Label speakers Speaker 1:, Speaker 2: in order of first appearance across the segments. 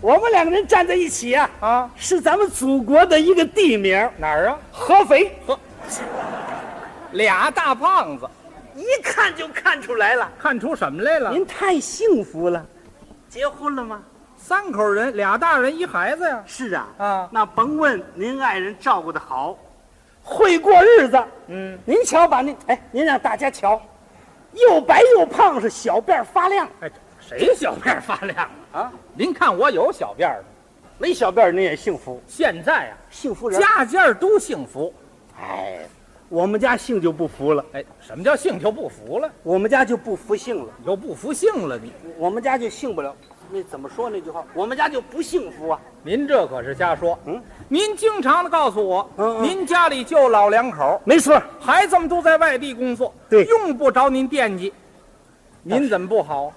Speaker 1: 我们两个人站在一起啊，
Speaker 2: 啊，
Speaker 1: 是咱们祖国的一个地名，
Speaker 2: 哪儿啊？
Speaker 1: 合肥。
Speaker 2: 呵，俩大胖子，
Speaker 1: 一看就看出来了，
Speaker 2: 看出什么来了？
Speaker 1: 您太幸福了。结婚了吗？
Speaker 2: 三口人，俩大人一孩子呀。
Speaker 1: 是啊，
Speaker 2: 啊
Speaker 1: 那甭问，您爱人照顾的好，会过日子。
Speaker 2: 嗯，
Speaker 1: 您瞧把那，哎，您让大家瞧，又白又胖，是小辫儿发亮，
Speaker 2: 哎，谁小辫儿发亮
Speaker 1: 啊？
Speaker 2: 您看我有小辫儿吗？
Speaker 1: 没小辫儿您也幸福，
Speaker 2: 现在啊，
Speaker 1: 幸福人。
Speaker 2: 家家都幸福。
Speaker 1: 哎，我们家姓就不服了，
Speaker 2: 哎，什么叫幸就不服了？
Speaker 1: 我们家就不服姓了，
Speaker 2: 你就不服幸了你？
Speaker 1: 我们家就姓不了。那怎么说那句话？我们家就不幸福啊。
Speaker 2: 您这可是瞎说。
Speaker 1: 嗯，
Speaker 2: 您经常的告诉我，
Speaker 1: 嗯嗯
Speaker 2: 您家里就老两口，
Speaker 1: 没错，
Speaker 2: 孩子们都在外地工作，
Speaker 1: 对
Speaker 2: 用不着您惦记。您怎么不好？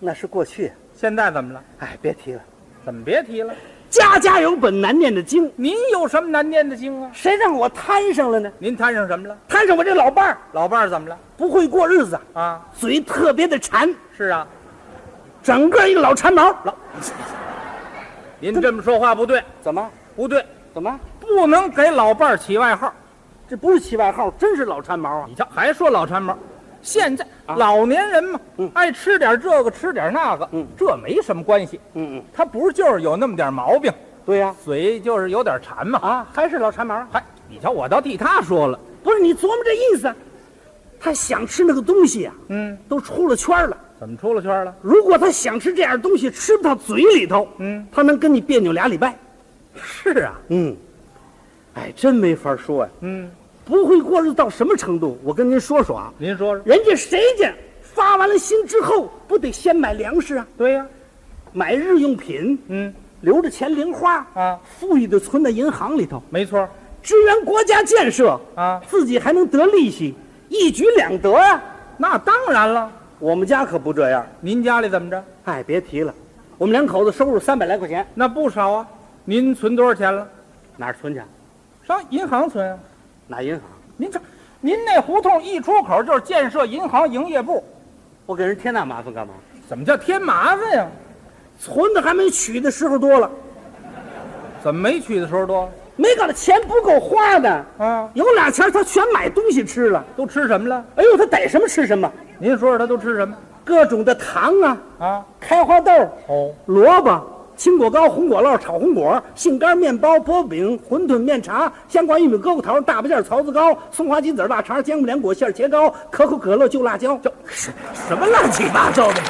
Speaker 1: 那是过去。
Speaker 2: 现在怎么了？
Speaker 1: 哎，别提了，
Speaker 2: 怎么别提了？
Speaker 1: 家家有本难念的经，
Speaker 2: 您有什么难念的经啊？
Speaker 1: 谁让我摊上了呢？
Speaker 2: 您摊上什么了？
Speaker 1: 摊上我这老伴儿
Speaker 2: 老伴儿怎么了？
Speaker 1: 不会过日子，
Speaker 2: 啊，
Speaker 1: 嘴特别的馋，
Speaker 2: 是啊，
Speaker 1: 整个一个老馋毛。老
Speaker 2: 您这么说话不对，
Speaker 1: 怎么
Speaker 2: 不对，
Speaker 1: 怎么？
Speaker 2: 不能给老伴儿起外号。
Speaker 1: 这不是起外号，真是老馋毛啊！
Speaker 2: 你瞧，还说老馋猫。现在
Speaker 1: 啊
Speaker 2: 老年人嘛，
Speaker 1: 嗯
Speaker 2: 爱吃点这个，吃点那个，
Speaker 1: 嗯
Speaker 2: 这没什么关系。
Speaker 1: 嗯嗯，
Speaker 2: 他不是就是有那么点毛病，
Speaker 1: 对呀、
Speaker 2: 嘴就是有点馋嘛。
Speaker 1: 啊，还是老馋毛啊。
Speaker 2: 嗨，你瞧，我倒替他说了，
Speaker 1: 不是你琢磨这意思，他想吃那个东西呀、
Speaker 2: 嗯，
Speaker 1: 都出了圈了。
Speaker 2: 怎么出了圈了？
Speaker 1: 如果他想吃这样东西，吃不到嘴里头，
Speaker 2: 嗯，
Speaker 1: 他能跟你别扭俩礼拜。
Speaker 2: 是啊，
Speaker 1: 嗯，哎，真没法说呀、
Speaker 2: 嗯，
Speaker 1: 不会过日子到什么程度？我跟您说说啊，
Speaker 2: 您说说，
Speaker 1: 人家谁家发完了薪之后，不得先买粮食啊，
Speaker 2: 对呀、
Speaker 1: 买日用品，
Speaker 2: 嗯
Speaker 1: 留着钱零花，
Speaker 2: 啊，
Speaker 1: 富裕的存在银行里头，
Speaker 2: 没错，
Speaker 1: 支援国家建设
Speaker 2: 啊
Speaker 1: 自己还能得利息，一举两得呀、
Speaker 2: 那当然了。
Speaker 1: 我们家可不这样，
Speaker 2: 您家里怎么着？
Speaker 1: 哎，别提了，我们两口子收入三百来块钱，
Speaker 2: 那不少啊。您存多少钱了？
Speaker 1: 哪儿存去啊？
Speaker 2: 上银行存啊。
Speaker 1: 哪银行？
Speaker 2: 您这，您那胡同一出口就是建设银行营业部，
Speaker 1: 我给人添那麻烦干嘛？
Speaker 2: 怎么叫添麻烦呀？
Speaker 1: 存的还没取的时候多了，
Speaker 2: 怎么没取的时候多
Speaker 1: 没搞的钱不够花的，
Speaker 2: 啊？
Speaker 1: 有俩钱他全买东西吃了。
Speaker 2: 都吃什么了？
Speaker 1: 哎呦，他逮什么吃什么，
Speaker 2: 您说说他都吃什么
Speaker 1: 各种的糖啊、
Speaker 2: 啊？
Speaker 1: 开花豆、
Speaker 2: 哦，
Speaker 1: 萝卜、青果糕、红果酪、炒红果、杏干面包、薄饼、馄饨、面茶、香瓜、玉米、疙瘩桃、大白馅、槽子糕、松花鸡子、腊肠、坚果凉果馅、茄糕、可口可乐、就辣椒。这什什么乱七八糟的？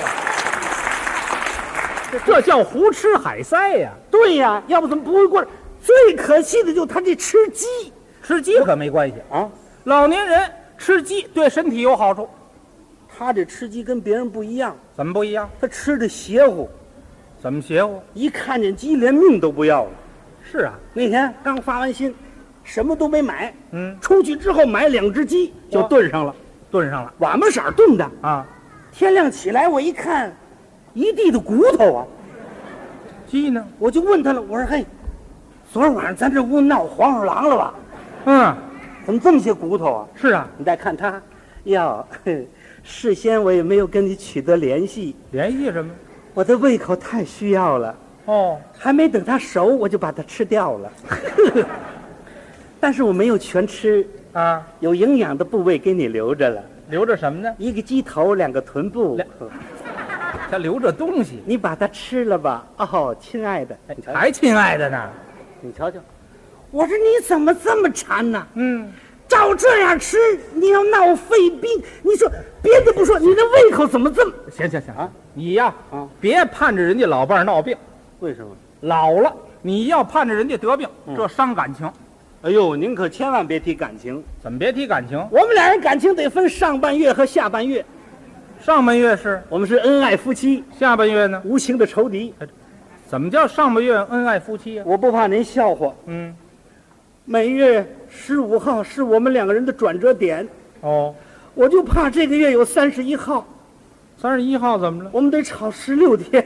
Speaker 2: 这这叫胡吃海塞呀！
Speaker 1: 对呀、要不怎么不会过来？最可气的就是他这吃鸡
Speaker 2: 吃鸡可没关系，
Speaker 1: 啊，
Speaker 2: 老年人吃鸡对身体有好处，
Speaker 1: 他这吃鸡跟别人不一样，
Speaker 2: 怎么不一样？
Speaker 1: 他吃的邪乎，
Speaker 2: 怎么邪乎？
Speaker 1: 一看见鸡连命都不要了。
Speaker 2: 是啊，
Speaker 1: 那天刚发完薪，什么都没买，
Speaker 2: 嗯，
Speaker 1: 出去之后买两只鸡就炖上了，
Speaker 2: 炖上了
Speaker 1: 瓦木色儿炖的。
Speaker 2: 啊！
Speaker 1: 天亮起来我一看，一地的骨头啊！
Speaker 2: 鸡呢？
Speaker 1: 我就问他了，我说嘿，昨儿晚上咱这屋闹黄鼠狼了吧？
Speaker 2: 嗯，
Speaker 1: 怎么这么些骨头啊？
Speaker 2: 是啊，
Speaker 1: 你再看他，哟，哼事先我也没有跟你取得联系，
Speaker 2: 联系什么？
Speaker 1: 我的胃口太需要了，
Speaker 2: 哦，
Speaker 1: 还没等它熟我就把它吃掉了。 但是我没有全吃，
Speaker 2: 啊，
Speaker 1: 有营养的部位给你留着了，
Speaker 2: 留着什么呢？
Speaker 1: 一个鸡头，两个臀部
Speaker 2: 两，他留着东西。
Speaker 1: 你把它吃了吧。哦，亲爱的，
Speaker 2: 哎
Speaker 1: 你瞧瞧，
Speaker 2: 还亲爱的呢？
Speaker 1: 你瞧瞧，我说你怎么这么馋呢、
Speaker 2: 嗯，
Speaker 1: 照这样吃，你要闹肺病。你说别的不说，你的胃口怎么这么……
Speaker 2: 行行行
Speaker 1: 啊，
Speaker 2: 你呀，
Speaker 1: 啊
Speaker 2: 别盼着人家老伴儿闹病，
Speaker 1: 为什么？
Speaker 2: 老了你要盼着人家得病，这伤感情。
Speaker 1: 哎呦，您可千万别提感情。
Speaker 2: 怎么别提感情？
Speaker 1: 我们俩人感情得分上半月和下半月，
Speaker 2: 上半月是，
Speaker 1: 我们是恩爱夫妻，
Speaker 2: 下半月呢？
Speaker 1: 无情的仇敌。
Speaker 2: 怎么叫上半月恩爱夫妻呀、
Speaker 1: 我不怕您笑话，
Speaker 2: 嗯，
Speaker 1: 每月十五号是我们两个人的转折点，
Speaker 2: 哦，
Speaker 1: 我就怕这个月有三十一号，
Speaker 2: 三十一号怎么了？
Speaker 1: 我们得吵十六天。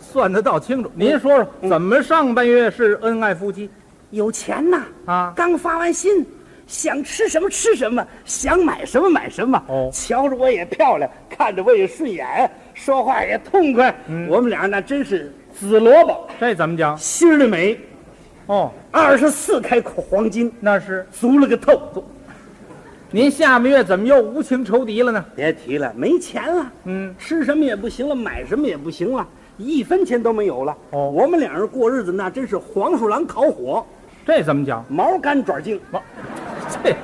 Speaker 2: 算得倒清楚。您说说，怎么上半月是恩爱夫妻
Speaker 1: 有钱呐，
Speaker 2: 啊？
Speaker 1: 刚发完薪，想吃什么吃什么，想买什么买什么。
Speaker 2: 哦
Speaker 1: 瞧着
Speaker 2: 嗯
Speaker 1: 我也漂亮，看着我也顺眼，说话也痛快。我们俩那真是紫萝卜
Speaker 2: 这怎么讲？
Speaker 1: 心儿的美，
Speaker 2: 哦，
Speaker 1: 二十四开口黄金，
Speaker 2: 那是
Speaker 1: 足了个透。
Speaker 2: 您下个月怎么又无情仇敌了呢？
Speaker 1: 别提了，没钱了，
Speaker 2: 嗯，
Speaker 1: 吃什么也不行了，买什么也不行了，一分钱都没有了。
Speaker 2: 哦
Speaker 1: 我们俩人过日子那真是黄鼠狼烤火，
Speaker 2: 这怎么讲？
Speaker 1: 毛干爪净。
Speaker 2: 这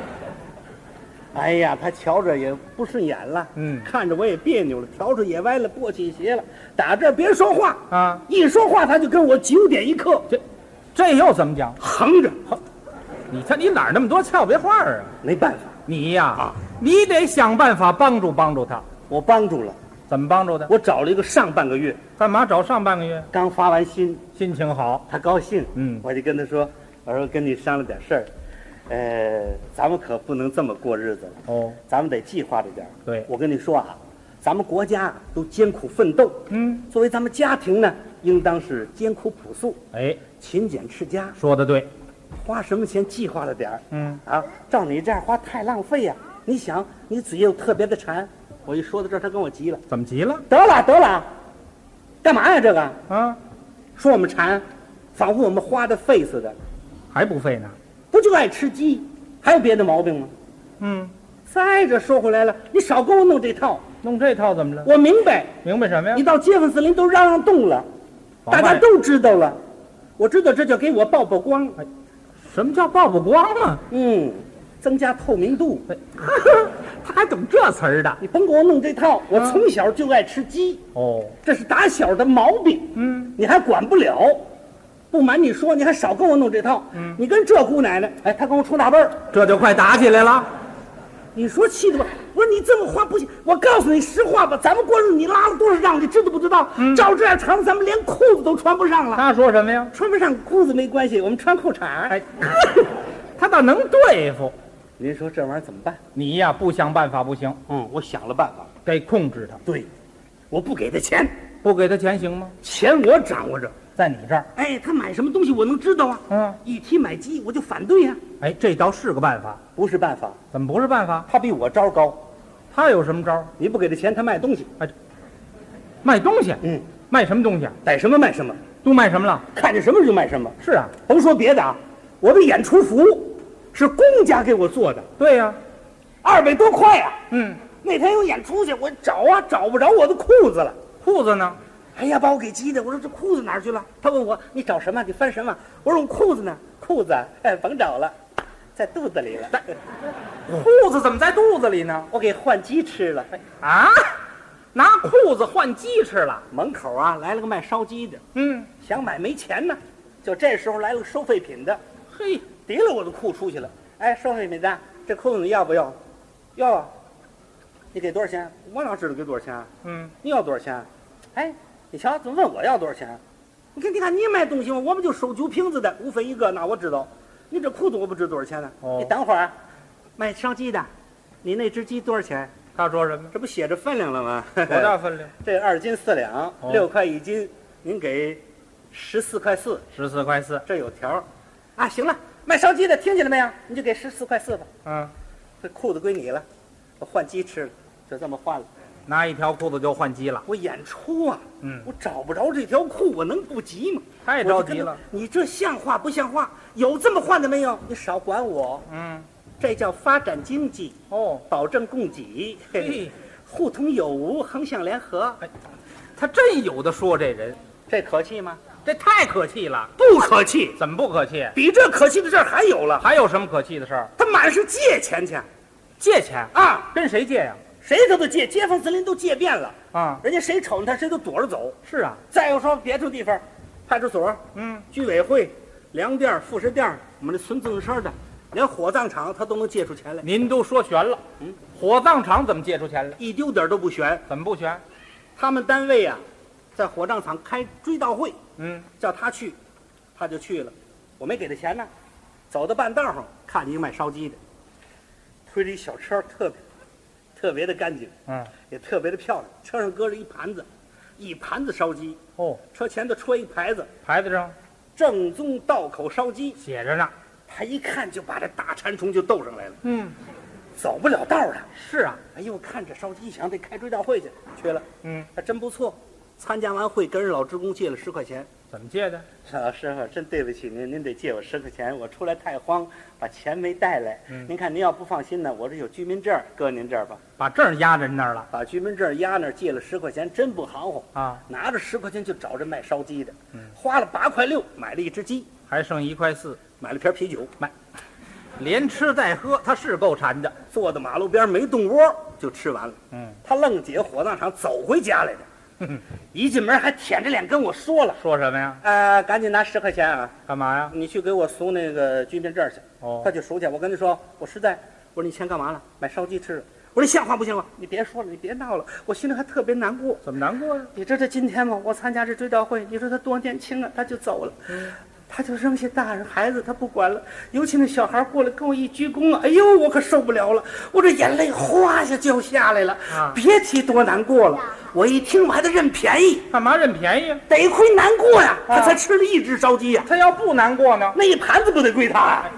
Speaker 1: 哎呀，他瞧着也不顺眼了，
Speaker 2: 嗯
Speaker 1: 看着我也别扭了，笤帚也歪了，簸箕也斜了。打这儿别说话，
Speaker 2: 啊，
Speaker 1: 一说话他就跟我九点一刻
Speaker 2: 这这又怎么讲？
Speaker 1: 横着，
Speaker 2: 你看你哪儿那么多俏皮话儿啊？
Speaker 1: 没办法，
Speaker 2: 你呀、你得想办法帮助帮助他。
Speaker 1: 我帮助了，
Speaker 2: 怎么帮助他？
Speaker 1: 我找了一个上半个月
Speaker 2: 干嘛找上半个月？
Speaker 1: 刚发完薪，
Speaker 2: 心情好，
Speaker 1: 他高兴，
Speaker 2: 嗯
Speaker 1: 我就跟他说，我说跟你商量点事儿，呃，咱们可不能这么过日子了，
Speaker 2: 哦，
Speaker 1: 咱们得计划着点儿。
Speaker 2: 对
Speaker 1: 我跟你说啊，咱们国家都艰苦奋斗，
Speaker 2: 嗯，
Speaker 1: 作为咱们家庭呢，应当是艰苦朴素。
Speaker 2: 哎，
Speaker 1: 勤俭持家，
Speaker 2: 说的对，
Speaker 1: 花什么钱计划着点儿。
Speaker 2: 嗯，
Speaker 1: 啊，照你这样花太浪费呀、你想，你嘴又特别的馋。我一说到这儿，他跟我急了。
Speaker 2: 怎么急了
Speaker 1: 得了得了，干嘛呀？这个
Speaker 2: 啊？
Speaker 1: 说我们馋，仿佛我们花的费似的，
Speaker 2: 还不费呢？
Speaker 1: 不就爱吃鸡？还有别的毛病吗？
Speaker 2: 嗯，
Speaker 1: 再者说回来了，你少给我弄这套。
Speaker 2: 弄这套怎么了？
Speaker 1: 我明白，
Speaker 2: 明白什么呀
Speaker 1: 你？到街坊四邻都嚷嚷动了，
Speaker 2: 防
Speaker 1: 大
Speaker 2: 范
Speaker 1: 家都知道了。我知道这就给我曝曝光，
Speaker 2: 什么叫曝不光啊？
Speaker 1: 嗯，增加透明度。
Speaker 2: 哎 他还懂这词儿的
Speaker 1: 你甭给我弄这套，我从小就爱吃鸡，
Speaker 2: 哦。
Speaker 1: 这是打小的毛病。
Speaker 2: 嗯，
Speaker 1: 你还管不了。不瞒你说，你还少跟我弄这套。嗯，你跟这姑奶奶，哎，她跟我出大辈儿，
Speaker 2: 这就快打起来了。
Speaker 1: 你说气的吧？我说你这么花不行，我告诉你实话吧，咱们过日子你拉了多少让，你知道不知道？照这样长的，咱们连裤子都穿不上了。
Speaker 2: 他说什么呀？
Speaker 1: 穿不上裤子没关系，我们穿裤衩。哎，
Speaker 2: 他倒能对付
Speaker 1: 您说这玩意儿怎么办？
Speaker 2: 你呀，不想办法不行，
Speaker 1: 嗯，我想了办法。
Speaker 2: 得控制他，
Speaker 1: 对，我不给他钱，
Speaker 2: 不给他钱行吗？
Speaker 1: 钱我掌握着。
Speaker 2: 在你这儿，
Speaker 1: 哎，他买什么东西我能知道啊？
Speaker 2: 嗯，
Speaker 1: 一提买鸡我就反对呀、
Speaker 2: 哎，这倒是个办法。
Speaker 1: 不是办法，
Speaker 2: 怎么不是办法？
Speaker 1: 他比我招高。
Speaker 2: 他有什么招儿？
Speaker 1: 你不给他钱，他卖东西，
Speaker 2: 卖东西，
Speaker 1: 嗯，
Speaker 2: 卖什么东西啊？
Speaker 1: 逮什么卖什么，
Speaker 2: 都卖什么了？
Speaker 1: 看见什么就卖什么。
Speaker 2: 是啊，
Speaker 1: 甭说别的啊，我的演出服是公家给我做的，
Speaker 2: 对呀、
Speaker 1: 二百多块啊。
Speaker 2: 嗯，
Speaker 1: 那天有演出去，我找啊找不着我的裤子了。
Speaker 2: 裤子呢？
Speaker 1: 哎呀，把我给急的！我说这裤子哪儿去了？他问我你找什么？你翻什么？我说我裤子呢？裤子啊，哎，甭找了，在肚子里了。
Speaker 2: 裤子怎么在肚子里呢？
Speaker 1: 我给换鸡吃了。
Speaker 2: 啊，拿裤子换鸡吃了。
Speaker 1: 门口啊来了个卖烧鸡的，
Speaker 2: 嗯，
Speaker 1: 想买没钱呢，就这时候来了个收废品的，
Speaker 2: 嘿，
Speaker 1: 提了我的裤出去了。哎，收废品的，这裤子你要不要？要啊。你给多少钱？我哪知道给多少钱啊？
Speaker 2: 嗯，
Speaker 1: 你要多少钱啊？哎，你瞧，怎么问我要多少钱啊？你看，你看，你买东西吗？我们就收酒瓶子的，五分一个，那我知道。你这裤子我不知多少钱呢、
Speaker 2: 哦
Speaker 1: 你等会儿啊，卖烧鸡的，你那只鸡多少钱？
Speaker 2: 他说什么？哎
Speaker 1: 这不写着分量了吗？
Speaker 2: 多大分量？
Speaker 1: 这二斤四两，
Speaker 2: 哦
Speaker 1: 六块一斤，您给十四块四，
Speaker 2: 十四块四。
Speaker 1: 这有条儿。啊，行了，卖烧鸡的听见了没有？你就给十四块四吧，
Speaker 2: 嗯，
Speaker 1: 这裤子归你了，我换鸡吃了，就这么换了。
Speaker 2: 拿一条裤子就换鸡了。
Speaker 1: 我演出啊，
Speaker 2: 嗯
Speaker 1: 我找不着这条裤，我能不急吗？
Speaker 2: 太着急了
Speaker 1: 我就跟他。你这像话不像话？有这么换的没有？你少管我，
Speaker 2: 嗯，
Speaker 1: 这叫发展经济，
Speaker 2: 哦，
Speaker 1: 保证供给，
Speaker 2: 嘿，
Speaker 1: 互通有无，横向联合，
Speaker 2: 他真有的说这人，
Speaker 1: 这可气吗？
Speaker 2: 这太可气了。
Speaker 1: 不可气。
Speaker 2: 怎么不可气？
Speaker 1: 比这可气的事儿还有了，
Speaker 2: 还有什么可气的事儿？
Speaker 1: 他满是借钱去
Speaker 2: 借钱，
Speaker 1: 啊，
Speaker 2: 跟谁借呀、
Speaker 1: 谁他都借，街坊四邻都借遍了，
Speaker 2: 啊？
Speaker 1: 人家谁瞅见他谁都躲着走。
Speaker 2: 是啊，
Speaker 1: 再有说别处地方，派出所、
Speaker 2: 嗯，
Speaker 1: 居委会、粮店、副食店，我们这村自行车的，连火葬场他都能借出钱来，
Speaker 2: 您都说悬了。嗯，火葬场怎么借出钱来？
Speaker 1: 一丢点儿都不悬。
Speaker 2: 怎么不悬？
Speaker 1: 他们单位啊，在火葬场开追悼会，
Speaker 2: 嗯，
Speaker 1: 叫他去，他就去了，我没给他钱呢。走到半道上，看见一个卖烧鸡的，推着一小车，特别特别的干净。
Speaker 2: 嗯，
Speaker 1: 也特别的漂亮，车上搁着一盘子，一盘子烧鸡，
Speaker 2: 哦，
Speaker 1: 车前头戳一牌子
Speaker 2: 牌子上
Speaker 1: “正宗道口烧鸡
Speaker 2: 写着呢。”，
Speaker 1: 他一看就把这大馋虫就逗上来了，
Speaker 2: 嗯，
Speaker 1: 走不了道了。
Speaker 2: 是啊，
Speaker 1: 哎呦，看这烧鸡，一想得开追悼会去，去了，
Speaker 2: 嗯，
Speaker 1: 还真不错，
Speaker 3: 参加完会跟人老职工借了十块钱，
Speaker 2: 怎么借的？
Speaker 1: 老啊师傅，真对不起您，您得借我十块钱，我出来太慌，把钱没带来。
Speaker 2: 嗯
Speaker 1: 您看您要不放心呢，我这有居民证，搁您这儿吧。
Speaker 2: 把证儿压人那儿了
Speaker 1: 把居民证压那儿借了十块钱，真不含糊。
Speaker 2: 啊，
Speaker 1: 拿着十块钱就找这卖烧鸡的，
Speaker 2: 嗯
Speaker 1: 花了八块六买了一只鸡，
Speaker 2: 还剩一块四，
Speaker 1: 买了瓶啤酒，
Speaker 2: 连吃带喝，他是够馋的。
Speaker 1: 坐在马路边没动窝就吃完了。
Speaker 2: 嗯，
Speaker 1: 他愣解火葬场走回家来的， 一进门还舔着脸跟我说了
Speaker 2: 说什么呀？：“
Speaker 1: 呃，赶紧拿十块钱啊，
Speaker 2: 干嘛呀？
Speaker 1: 你去给我赎那个居民证去。”
Speaker 2: 哦
Speaker 1: 他去赎去。我跟他说，我实在，我说你钱干嘛了？买烧鸡吃了。我说你像话不像话？你别说了，你别闹了，我心里还特别难过。
Speaker 2: 怎么难过呀？
Speaker 1: 你知道今天吗？我参加这追悼会，你说他多年轻啊，他就走了，
Speaker 2: 嗯
Speaker 1: 他就扔下大人孩子，他不管了。尤其那小孩过来跟我一鞠躬啊，哎呦，我可受不了了，我这眼泪哗下就要下来了，
Speaker 2: 啊
Speaker 1: 别提多难过了。我一听我还得认便宜，
Speaker 2: 干嘛认便宜啊？
Speaker 1: 得亏难过呀，
Speaker 2: 啊
Speaker 1: 他才吃了一只烧鸡呀、
Speaker 2: 他要不难过呢？
Speaker 1: 那一盘子不得归他呀、